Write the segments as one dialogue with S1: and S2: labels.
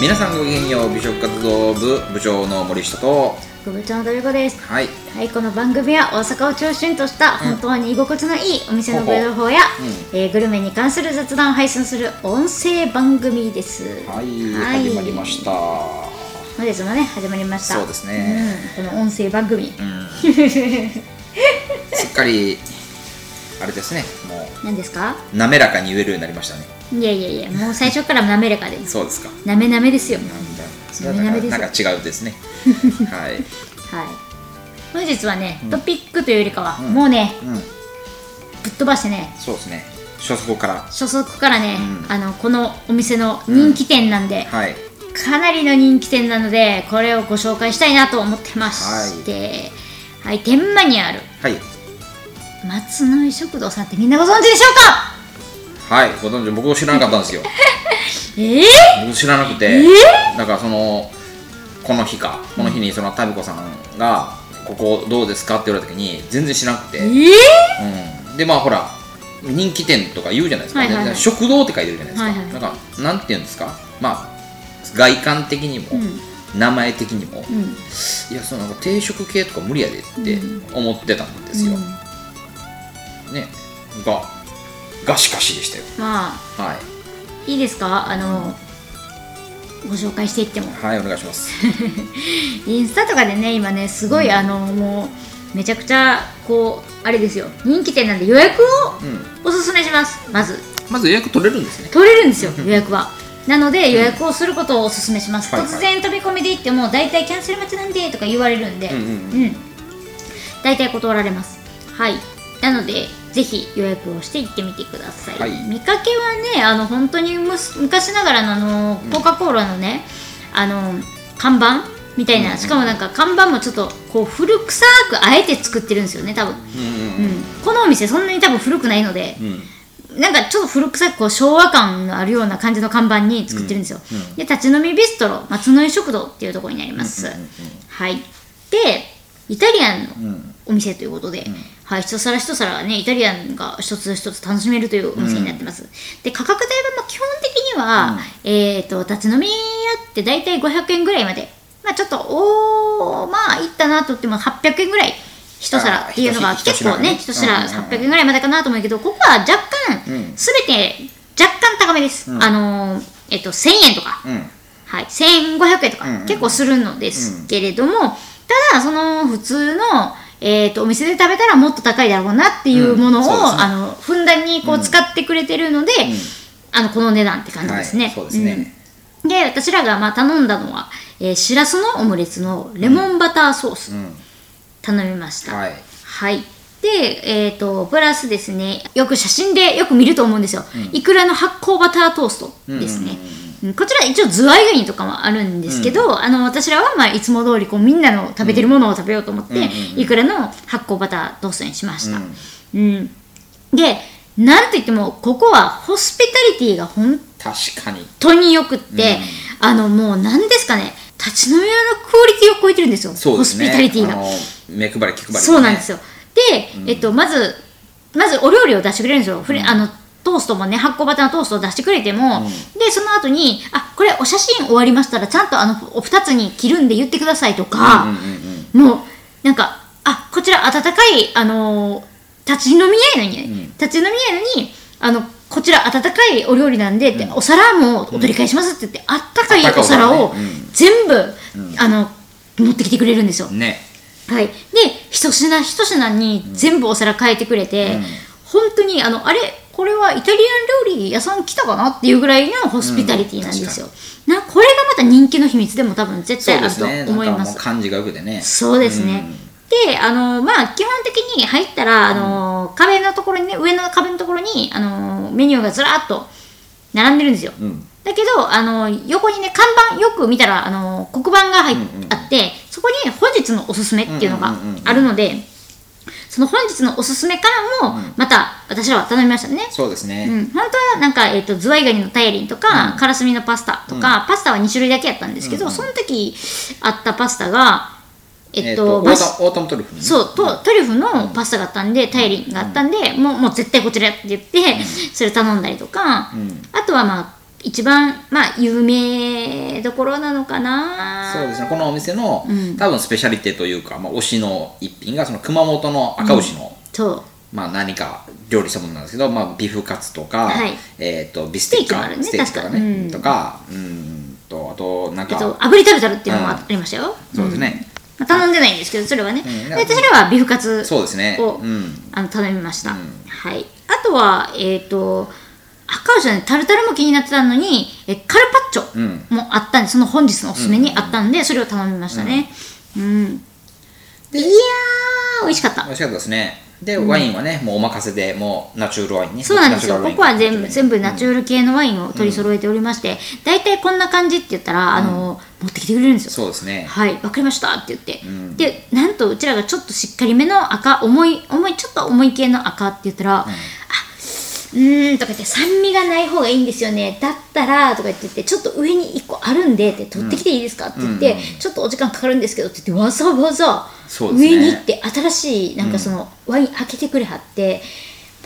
S1: 皆さんごきげんよう美食活動部部長の森下と
S2: 副部長のとりこです
S1: はい
S2: はいこの番組は大阪を中心とした本当に居心地のいいお店のご情報や、
S1: う
S2: えーグルメに関する雑談を配信する音声番組です
S1: はい、
S2: はい
S1: 始まりました
S2: 本日もね始まりました
S1: そうですね、
S2: うん、この音声番組、
S1: すっかりあれですねも
S2: 何ですか
S1: う滑らかに言えるようになりましたね
S2: いやいやいやもう最初から滑らかで
S1: そうですか
S2: なめなめですよ
S1: なんだそれはな
S2: 滑
S1: んか
S2: らか
S1: なんか違う ですねはい、
S2: はい本日はね、トピックというよりかは、
S1: ん
S2: もうね
S1: うん、
S2: ぶっ飛ばしてね
S1: そうですね初速から
S2: 初速からね、
S1: うん
S2: あのこのお店の人気店なんで、
S1: はい
S2: かなりの人気店なのでこれをご紹介したいなと思ってまして、はい、天満にある
S1: はい
S2: 松の井食堂さんってみんなご存知でしょうか
S1: はいご存知僕も知らなかったんですよ
S2: ええ
S1: 僕知らなくてなんかそのこの日かこの日にそのタビコさんが「ここどうですか?」って言われた時に全然知らなくて、
S2: え
S1: うん、でまあほら人気店とか言うじゃないですか、
S2: はいはいはい
S1: 食堂って書いてるじゃないですか、
S2: はいはい
S1: なんかなんて言うんですかまあ外観的にも、名前的にも、
S2: うん
S1: いやそのなんか定食系とか無理やでって思ってたんですよ、ねががしかしでしたよ
S2: まあ
S1: はい
S2: いいですかあのご紹介していっても
S1: はいお願いします
S2: インスタとかでね今ねすごい、あのもうめちゃくちゃこうあれですよ人気店なんで予約をおすすめします、まず
S1: まず予約取れるんですね
S2: 取れるんですよ予約はなので予約をすることをおすすめします、
S1: はいはい
S2: 突然飛び込みで行っても大体キャンセル待ちなんでとか言われるんで
S1: うんうん
S2: うん大体断られますはいなのでぜひ予約をして行ってみてください、
S1: はい
S2: 見かけはねあの本当にむす昔ながらのあのコカ・コーラのね、あの看板みたいな、しかもなんか看板もちょっとこう古臭くあえて作ってるんですよね多分、
S1: うん
S2: うん、このお店そんなに多分古くないので、
S1: うんうん
S2: なんかちょっと古臭くこう昭和感のあるような感じの看板に作ってるんですよ、で立ち飲みビストロ松の湯食堂っていうところになります、はいでイタリアンのお店ということで、はい、一皿一皿がねイタリアンが一つ一つ楽しめるというお店になってます、で価格帯はまあ基本的には、えっ、と立ち飲み屋って大体500円ぐらいまでまあちょっとおーまあいったなと言っても800円ぐらい一皿っていうの
S1: あ
S2: が
S1: ー
S2: 結構ね
S1: 一
S2: 一
S1: 品がね
S2: 皿
S1: うんうんうん
S2: 800円ぐらいまでかなと思うけどここは若干
S1: ん
S2: すべて若干高めです、あのーえっと1000円とか、
S1: うん
S2: はい、1500円と
S1: うんう
S2: か
S1: ん
S2: 結構するのですけれども、ただその普通の、えー、とお店で食べたらもっと高いだろうなっていうものを、
S1: うんそうですね
S2: あのふんだんにこう使ってくれてるので、あのこの値段って感じですね。
S1: はい、そうですね、
S2: うんで私らがまあ頼んだのは、えーしらすのオムレツのレモンバターソース、
S1: ん
S2: 頼みました。
S1: はい
S2: はい。で、えっ、と、プラスですね、よく写真でよく見ると思うんですよ。いくらの発酵バタートーストですね。うんこちら一応ズワイガニとかもあるんですけど、あの私らはまあいつも通りこうみんなの食べてるものを食べようと思って、いくらの発酵バタートーストにしました、うんでなんといってもここはホスピタリティが本
S1: 確かに
S2: 当によくって、あのもう何ですかね立ち飲み屋のクオリティを超えてるんですよ
S1: そうですね
S2: ホスピタリティが
S1: あの目配り気配り、ね、
S2: そうなんです
S1: よ
S2: よで、えっと、まずまずお料理を出してくれるんですよ、フレあのトーストもね発酵バターのトーストを出してくれても、でその後にあこれお写真終わりましたらちゃんとあのお二つに切るんで言ってくださいとか、もうなんかあこちら温かい、あのー立ち飲み屋やのに、立ち飲み屋やのにあのこちら温かいお料理なんでって、お皿もお取り返しますって言って、あったかい
S1: あったかい
S2: お
S1: お皿
S2: 皿
S1: ね
S2: を全部、あの持ってきてくれるんですよ。
S1: ね
S2: はい、で一品一品に全部お皿変えてくれて、本当にあのあれこれはイタリアン料理屋さん来たかなっていうぐらいのホスピタリティなんですよ、なこれがまた人気の秘密でも多分絶
S1: そう
S2: 対あ
S1: で
S2: る
S1: すね
S2: と思い
S1: なん
S2: ま
S1: かもう
S2: す
S1: 感じがよくてね
S2: そうですね、であのまあ基本的に入ったらあの、壁のところにね上の壁のところにあのメニューがずらーっと並んでるんですよ、
S1: うん
S2: だけどあの横にね看板よく見たらあの黒板が入っあってそこに本日のおすすめっていうのが
S1: うんうんうんうん
S2: あるので、その本日のおすすめからもまた私らは頼みましたね、
S1: そうですね、
S2: うん、本当はなんか、えー、とズワイガニのタイリンとか、カラスミのパスタとか、パスタは2種類だけやったんですけど、その時あったパスタがえっと、
S1: オー
S2: マシ
S1: トンオートントリュフね
S2: そうとトリュフのパスタがあったんでタイリンがあったんで、もうもう絶対こちらって言って、それ頼んだりとか、あとはまあ一番まあ有名どころなのかな
S1: そうですねこのお店の、
S2: うん
S1: 多分スペシャリテというか、まあ、推しの一品がその熊本の赤牛の、
S2: そう
S1: まあ、何か料理したものなんですけど、まあ、ビーフカツとか、
S2: はい
S1: えー、とビスティッ
S2: ステーキもあ
S1: カ
S2: るね
S1: ステーキとかね
S2: 確かにうん
S1: とかうーんとあとなん
S2: え
S1: か
S2: っと、炙りタルタルっていうのもありましたよ、
S1: そうですね、
S2: まあ頼んでないんですけどそれはね、
S1: ん
S2: で私らはビーフカツ
S1: そうですね
S2: を、
S1: うん
S2: あの頼みました、はいあとはえっ、と赤牛のタルタルも気になってたのにえカルパッチョもあったんで、その本日のおすすめにあったんで、それを頼みましたねうん、いやー美味しかった
S1: 美味しかったですねで、ワインはねもうお任せでもうナチュールワインね
S2: そうなんですよ。
S1: ナ
S2: こ
S1: チュ
S2: こ
S1: ラ
S2: は
S1: ルワイン
S2: 全部全部ナチュラル系のワインを取り揃えておりまして、大体こんな感じって言ったら、あの、持ってきてくれるんですよ。
S1: そうですね
S2: はい、わかりましたって言って、で、なんとうちらがちょっとしっかりめの赤、重い、重い、ちょっと重い系の赤って言ったら、あ、うーんとか言って、酸味がない方がいいんですよね。だったら、とか言ってて、ちょっと上に1個あるんで、って取ってきていいですかって言って、ちょっとお時間かかるんですけどって言って、わざわざ
S1: そうですね
S2: 上に行って、新しい、なんかその、ワイン開けてくれはって、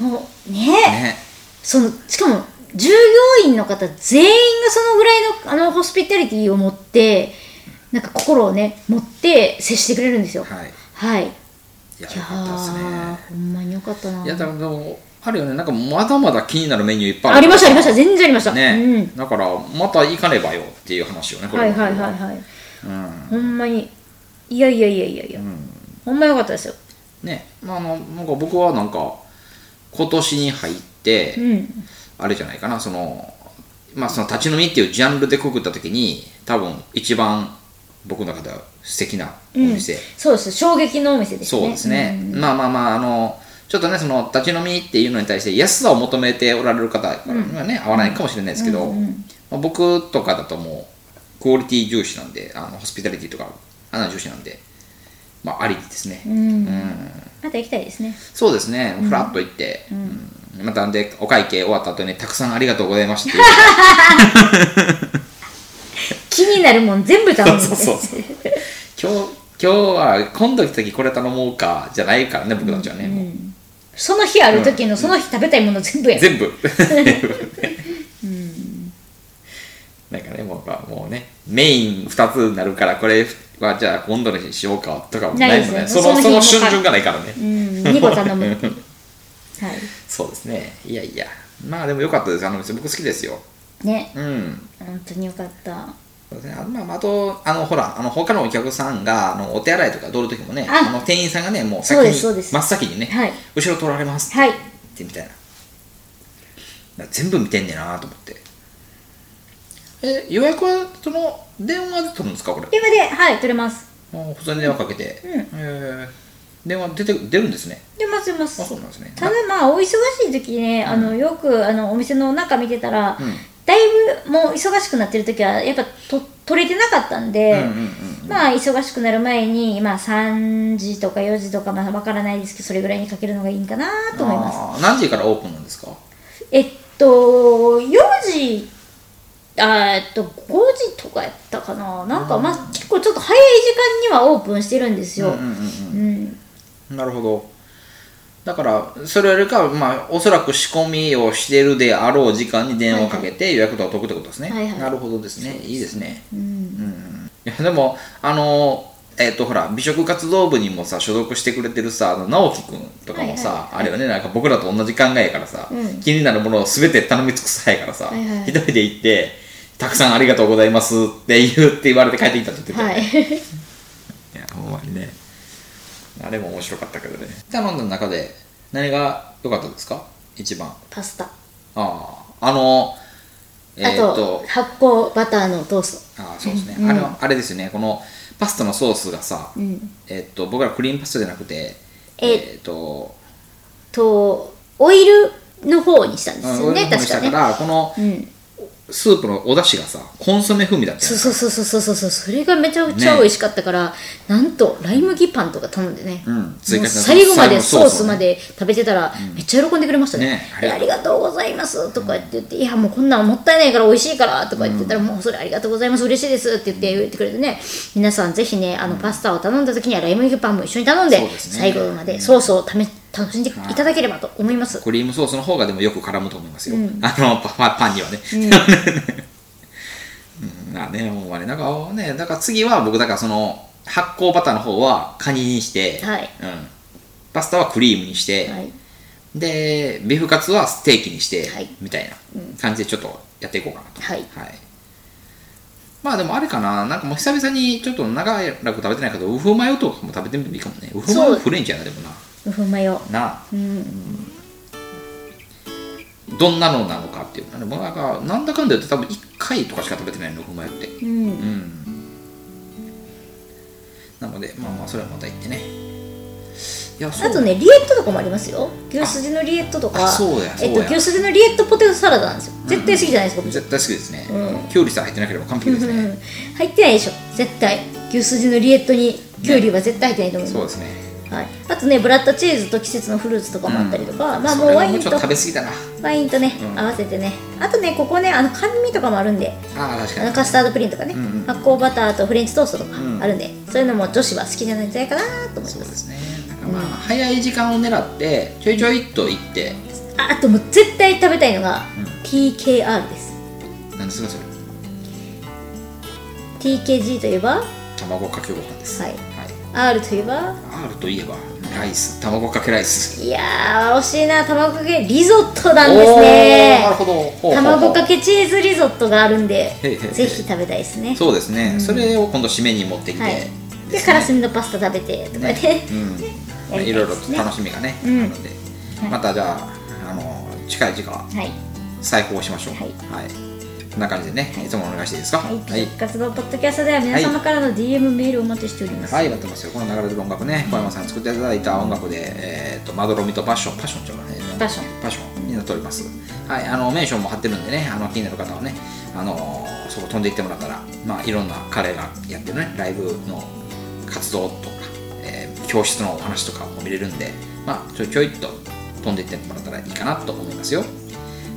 S2: もうね
S1: ね
S2: そのしかも従業員の方全員がそのぐらいのあのホスピタリティを持ってなんか心をね持って接してくれるんですよはい、
S1: はい
S2: いや
S1: いやよかったです
S2: ー
S1: ね
S2: ほんまによかったない
S1: やだからでもあるよねなんかまだまだ気になるメニューいっぱい
S2: ありましたありました
S1: り
S2: 全然ありました、
S1: ね、だからまた行かねばよっていう話よね
S2: う
S1: こ
S2: ん、
S1: れ
S2: はいはいはいはい
S1: うん
S2: ほんまにいやいやいやいやいや、ほんまよかったですよ
S1: ねまあ、あのなんか僕はなんか今年に入って、
S2: うん
S1: あれじゃないかなその,、まあ、その立ち飲みっていうジャンルでくくった時に多分一番僕の中では素敵なお店、
S2: そうです衝撃のお店ですね
S1: そうですね、まあまあまああのちょっとねその立ち飲みっていうのに対して安さを求めておられる方にはね、合わないかもしれないですけど、まあ、僕とかだともうクオリティ重視なんであのホスピタリティとかあの重視なんで、まあ、ありですね、
S2: また行きたいですね
S1: そうですね、ふらっと行って、うんまたんで、お会計終わった後に、たくさんありがとうございましたっていう
S2: 気になるもん全部頼むんで
S1: そうそうそう今日、今日は、今度来た時これ頼もうか、じゃないからね、僕たちはね、もう
S2: その日ある時のその日食べたいもの全部やる
S1: 全部。なんかね、もう、もうね、メイン2つになるから、これは、じゃあ今度にしようか、とかもないもん
S2: な
S1: ね。
S2: いです
S1: そ
S2: ね
S1: の、
S2: そ
S1: そ
S2: の
S1: の
S2: 日
S1: 瞬
S2: も
S1: 間がないからね。
S2: うん、2個頼む。はい。
S1: そうですね。いやいや。まあでも良かったです、あの店。僕好きですよ。
S2: ね、
S1: うん。
S2: 本当によかった。
S1: そうですね、あまあまああと、あの、ほら、あの、他のお客さんが、あの、お手洗いとか通るときもね、
S2: あ
S1: あの、店員さんがね、もう
S2: そ
S1: 先
S2: う
S1: に、
S2: ですそうです
S1: 真っ先にね、
S2: はい
S1: 後ろ取られますって
S2: はい。
S1: 言ってみたいな。だから全部見てんねんなと思って。え、予約は、その、電話で取るんですか、これ。あ
S2: 電話で、はい、取れます。
S1: 普通に電話かけて。
S2: うん
S1: えー電話出て、出るんですね。
S2: 出ます、出ま
S1: あ、そ
S2: す
S1: う。なんですね。
S2: ただまあ、お忙しい時ね、あの、よく、あの、お店の中見てたら、
S1: ん
S2: だいぶもう忙しくなってる時は、やっぱ、と、取れてなかったんで、
S1: うんうん
S2: まあ、忙しくなる前に、まあ、3時とか4時とか、まあ、わからないですけど、それぐらいにかけるのがいいんかなと思います。
S1: あー何時からオープンなんですか
S2: えっと、4時、あえっと、5時とかやったかな、なんか、まあ、結構ちょっと早い時間にはオープンしてるんですよ。
S1: うんうんうん。
S2: うん、
S1: なるほどだからそれよりかは、まあ、おそらく仕込みをしてるであろう時間に電話をかけて予約とか取るってことですね、
S2: はいはい
S1: なるほどですねいいですね
S2: うん、
S1: いやでもあのえっ、とほら美食活動部にもさ所属してくれてるさあの直樹くんとかもさ、
S2: は
S1: あれよねなんか僕らと同じ考えやからさ、
S2: うん
S1: 気になるものを全て頼み尽くさやからさ、
S2: はいはい
S1: 一人で行ってたくさんありがとうございますって言うって言われて帰ってきたって言ってたよね
S2: はい。
S1: いや、ほんまにね。あれも面白かったけどね。頼んだ中で、何が良かったですか一番。
S2: パスタ。あ
S1: ああ、あの、えーっ
S2: と、
S1: と、
S2: 発酵バターのトース
S1: あーそうですね。
S2: うん
S1: あれは、あれですよね。この、パスタのソースがさ、
S2: ト。うん。
S1: えーっと、僕らクリームパスタじゃなくて、
S2: え
S1: ーっと、
S2: と、オイルの方にしたんですよね、
S1: うん
S2: 確か
S1: したか
S2: ね。
S1: ら、この
S2: うん、
S1: スープのお出汁がさ、コンソメ風味だった
S2: そ
S1: や
S2: うんそうそうそうそうそうそれがめちゃくちゃ美味しかったから、なんとライ麦パンとか頼んでね、
S1: うん
S2: もう
S1: 追加した
S2: 最後まで
S1: 最
S2: ソ
S1: 後
S2: ー
S1: のソースをね
S2: スまで食べてたら、めっちゃ喜んでくれましたね
S1: ね
S2: でありがとうございますとか言って言って、いやもうこんなんもったいないから美味しいからとか言ってたら、もうそれありがとうございます嬉しいですって言って言ってくれてね皆さんぜひねあのパスタを頼んだ時にはライ麦パンも一緒に頼んで
S1: そうですね
S2: 最後までソースをため食楽しんでいただければと思います。
S1: クリームソースの方がでもよく絡むと思いますよ、あのパパパンにはね、 うんまあねほんまになんかねだから次は僕だからその発酵バターの方はカニにして、
S2: はい
S1: うん、パスタはクリームにして、
S2: はい。
S1: でビーフカツはステーキにして、
S2: はい
S1: みたいな感じでちょっとやっていこうかなと
S2: はい
S1: まあでもあれかななんかもう久々にちょっと長らく食べてないけどウフマヨとかも食べてみてもいいかもねウフマヨ
S2: そう
S1: フレンチやなでもな
S2: うふまよ。
S1: なあ
S2: うん。
S1: どんなのなのかっていうのねもうなんかなんだかんだ言って多分1回とかしか食べてないのウフマヨって
S2: うん。
S1: うんなのでまあまあそれはまた行ってねいやそう
S2: あとね、リエットとかもありますよ。牛すじのリエットとか。
S1: あそうや
S2: え
S1: そ
S2: っと、
S1: うや
S2: 牛すじのリエットポテトサラダなんですよ。絶対好きじゃないですか、僕。
S1: 絶対好きですね、
S2: う
S1: きゅうりさえ入ってなければ完璧ですね、
S2: うん入ってないでしょ、絶対。牛すじのリエットにきゅうりは絶対入ってないと思い
S1: そう
S2: ま。
S1: ですすね
S2: はい、あとね、ブラッドチーズと季節のフルーツとかもあったりとか、まあ
S1: そ
S2: も
S1: れ
S2: う
S1: は
S2: ワイ
S1: も
S2: ン
S1: うちょ
S2: と
S1: っと食べ過ぎたな
S2: ワインとね、
S1: うん
S2: 合わせてね。あとね、ここね、あの甘味とかもあるんで、
S1: ああ確
S2: あ
S1: か
S2: の
S1: に
S2: カスタードプリンとかね、
S1: うんうん
S2: 発酵バターとフレンチトーストとか
S1: うん
S2: あるんで、そういうのも女子は好きじゃないんじゃないかなと思い
S1: そう
S2: ま。
S1: ですすねだからまあ、早い時間を狙ってちょいちょいっと行って
S2: ああともう絶対食べたいのが、
S1: うん
S2: TKR です。
S1: 何ですかそれ
S2: TKG といえば、
S1: 卵かけご飯です
S2: はい
S1: はい、
S2: R といえば、
S1: R といえばライス卵かけライス
S2: いやー、惜しいな、卵かけリゾットなんですね
S1: おーなる。ほどほうほうほう
S2: 卵かけチーズリゾットがあるんで
S1: へいへいへい
S2: ぜひ食べたいですね
S1: そうですね、それを今度締めに持ってきて、
S2: はいで
S1: ね
S2: からすみのパスタ食べてとかで、
S1: ねうん
S2: やりたいですね
S1: いろいろと楽しみがね、
S2: うん
S1: あるのでまたじゃああの近い時間
S2: はい
S1: 再報しましょう
S2: はい
S1: こんな感じでねいつもお願いしていいですか
S2: はい、
S1: はい
S2: 活動ポッドキャストでは皆様からの DM メールをお待ちしております、
S1: はい、やってますよ。この流れてる音楽ね、小山さんに作っていただいた音楽で、えー、とまどろみとパッション、パッションちゃうかね、
S2: パッショ
S1: ン、パッションになっております。はい、あのメンションも貼ってるんでね、あの気になる方はね、あのーそこ飛んでいってもらったら、まあ、いろんな彼がやってるね、ライブの活動とか、えー教室のお話とかも見れるんで、まあ、ちょいちょいっと飛んでいってもらったらいいかなと思いますよ。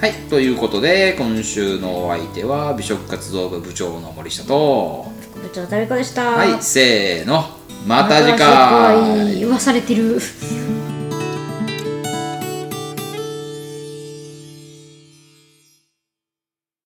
S1: はい、ということで、今週のお相手は、美食活動部部長の森下と、
S2: 部長誰かでした
S1: はい、せーの、ま
S2: ま
S1: た次
S2: た次
S1: 回。
S2: 回言わされてる